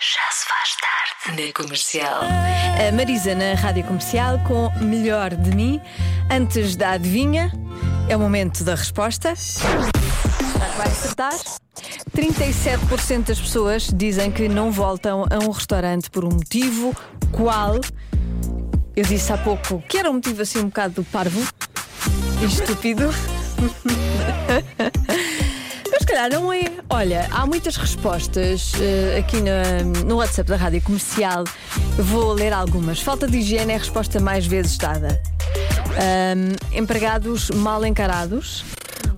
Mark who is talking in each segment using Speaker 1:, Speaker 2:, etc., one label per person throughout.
Speaker 1: se faz tarde na comercial.
Speaker 2: A Marisa na Rádio Comercial com Melhor de Mim. Antes da adivinha, é o momento da resposta. Vai acertar. 37% das pessoas dizem que não voltam a um restaurante por um motivo. Qual? Eu disse há pouco que era um motivo assim um bocado parvo e estúpido. Mas se calhar não é. Olha, há muitas respostas eh, aqui na- no WhatsApp da Rádio Comercial. Eu Vou ler algumas. Falta de higiene é a resposta mais vezes dada. Ahm, empregados mal encarados.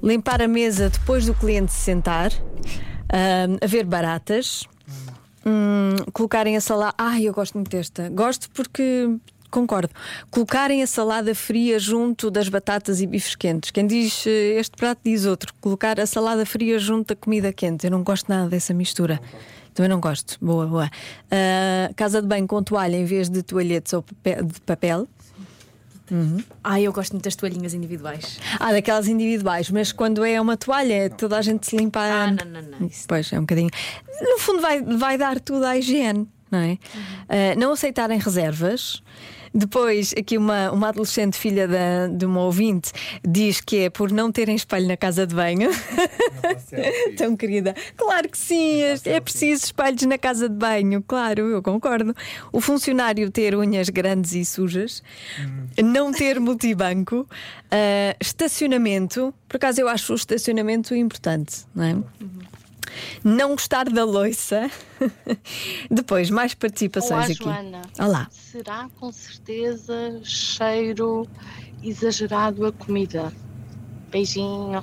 Speaker 2: Limpar a mesa depois do cliente se sentar. ahm, haver baratas. Hum, colocarem a salada. Ai, eu gosto muito desta. Gosto porque. Concordo. Colocarem a salada fria junto das batatas e bifes quentes. Quem diz eh, este prato diz outro. Colocar a salada fria junto da comida quente. Eu não gosto nada dessa mistura. Também não gosto. Boa, boa. Ah, casa de banho com toalha em vez de toalhetes ou pape- de papel.
Speaker 3: Ai, eu gosto muito das toalhinhas individuais.
Speaker 2: Ah, daquelas individuais, mas quando é uma toalha, toda a gente se limpa.
Speaker 3: Ah, não, não, não, isso
Speaker 2: Pois, é um bocadinho. No fundo, vai, vai dar tudo à higiene, não
Speaker 3: Uhum.
Speaker 2: é? Ah, não aceitarem reservas. Depois, aqui uma, uma adolescente filha da- de uma ouvinte diz que é por não terem espelho na casa de banho.
Speaker 4: Tá
Speaker 2: Tão querida. Claro que sim, é preciso espelhos na casa de banho, claro, eu concordo. O funcionário ter unhas grandes e sujas, Hum. não ter multibanco, ah, estacionamento, por acaso eu acho o estacionamento importante, não é? Não gostar da loiça. Depois, mais participações
Speaker 5: Olá,
Speaker 2: aqui.
Speaker 5: Joana.
Speaker 2: Olá.
Speaker 5: Será com certeza cheiro exagerado a comida? Beijinho.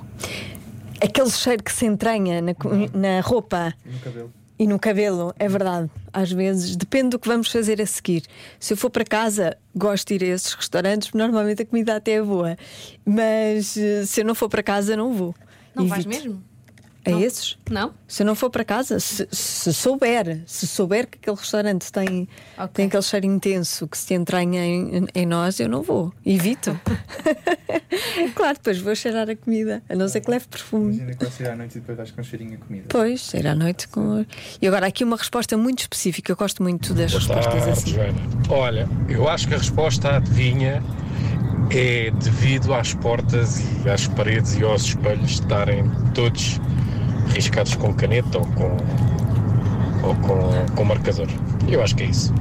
Speaker 2: Aquele cheiro que se entranha na, co- na roupa
Speaker 4: No cabelo.
Speaker 2: e no cabelo, é verdade. Às vezes, depende do que vamos fazer a seguir. Se eu for para casa, gosto de ir a esses restaurantes, porque normalmente a comida até é boa. Mas eh, se eu não for para casa, não vou.
Speaker 3: Não vais
Speaker 2: Evito.
Speaker 3: mesmo?
Speaker 2: A
Speaker 3: Não.
Speaker 2: É esses?
Speaker 3: Não?
Speaker 2: Se eu não for para casa, se, se souber, se souber que aquele restaurante tem,
Speaker 3: Ok.
Speaker 2: tem aquele cheiro intenso que se entranha em, em nós, eu não vou. Evito. claro, depois vou cheirar a comida, a não ser que leve perfume.
Speaker 4: Imagina que vais sair à noite e depois vais com um cheirinho a comida.
Speaker 2: Pois, sair à noite com. E agora, aqui uma resposta muito específica. Eu gosto muito das respostas
Speaker 6: Tarde,
Speaker 2: assim.
Speaker 6: Joana. Olha, eu acho que a resposta à adivinha é devido às portas e às paredes e aos espelhos estarem todos riscados com caneta ou com, ou com, com marcador. Eu acho que é isso.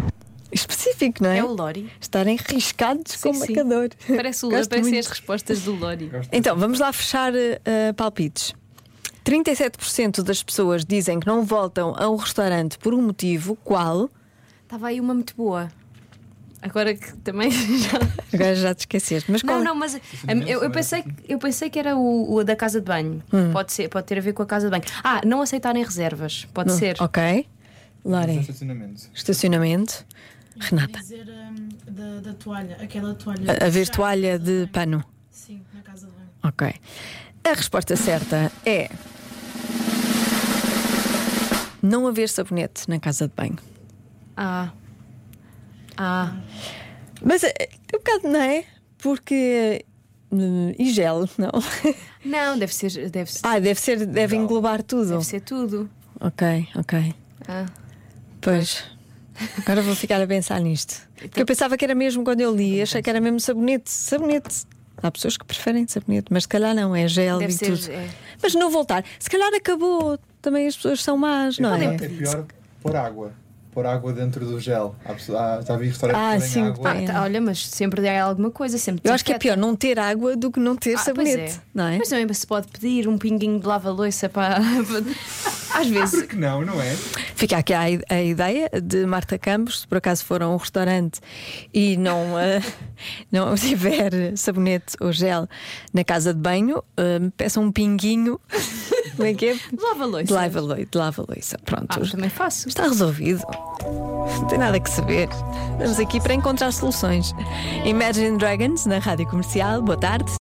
Speaker 2: Específico, não é?
Speaker 3: É o Lori.
Speaker 2: Estarem riscados com
Speaker 3: sim.
Speaker 2: marcador.
Speaker 3: Parece o Lori,
Speaker 2: Gosto
Speaker 3: parecem
Speaker 2: muito.
Speaker 3: as respostas do Lori.
Speaker 2: Então, vamos lá fechar eh, palpites. 37% das pessoas dizem que não voltam a um restaurante por um motivo, qual?
Speaker 3: Estava aí uma muito boa. Agora que também já.
Speaker 2: Agora já te esqueceste. Mas qual?
Speaker 3: Não, não, mas hum, eu, eu pensei, que- eu pensei que era o, o da casa de banho.
Speaker 2: Hum.
Speaker 3: Pode, ser, pode ter a ver com a casa de banho. Ah, não aceitarem reservas. Pode ser.
Speaker 2: Ok.
Speaker 4: Mas é
Speaker 2: Lorem,
Speaker 4: estacionamento.
Speaker 2: estacionamento. Renata,
Speaker 7: dizer hum, da, da toalha, aquela toalha.
Speaker 2: a haver
Speaker 7: Já,
Speaker 2: toalha
Speaker 7: na casa
Speaker 2: de
Speaker 7: banho.
Speaker 2: pano.
Speaker 7: Sim, na casa de banho.
Speaker 2: Ok. A resposta certa é. Não haver sabonete na casa de banho.
Speaker 3: Ah. Ah.
Speaker 2: Mas é é um bocado, não é? Porque. hum, E gel, não?
Speaker 3: Não, deve ser, deve ser,
Speaker 2: Ah, deve ser, deve englobar tudo.
Speaker 3: deve ser tudo.
Speaker 2: Ok, ok.
Speaker 3: Ah.
Speaker 2: Pois. Agora vou ficar a pensar nisto. Porque
Speaker 7: Então-
Speaker 2: eu pensava que era mesmo quando eu li, achei que era mesmo sabonete. Sabonete. Há pessoas que preferem sabonete, mas se calhar não, é gel
Speaker 3: Deve
Speaker 2: e
Speaker 3: ser,
Speaker 2: tudo.
Speaker 3: é.
Speaker 2: Mas não voltar. Se calhar acabou. Também as pessoas são más, não é?
Speaker 4: é pior pôr água. Pôr água dentro do gel. Há, pessoa- há, já vi restaurantes
Speaker 2: Ah,
Speaker 4: que põem
Speaker 2: sim,
Speaker 4: água.
Speaker 2: põem.
Speaker 3: Ah, tá, olha, mas sempre há alguma coisa, sempre
Speaker 2: Eu acho que é
Speaker 3: desinfeta.
Speaker 2: pior não ter água do que não ter
Speaker 3: Ah, pois
Speaker 2: sabonete, não é?
Speaker 3: Mas também se pode pedir um pinguinho de lava-loiça para. Às vezes.
Speaker 4: Que não, não é?
Speaker 2: Fica aqui a, i- a ideia de Marta Campos, se por acaso for a um restaurante e não, eh, não tiver sabonete ou gel na casa de banho, eh, peça um pinguinho. Como é que é?
Speaker 3: De lava-loiça.
Speaker 2: De lava loiça. De lava loiça. Pronto.
Speaker 3: Ah, também faço.
Speaker 2: Está resolvido. Não tem nada que saber. Estamos aqui para encontrar soluções. Imagine Dragons na rádio comercial. Boa tarde.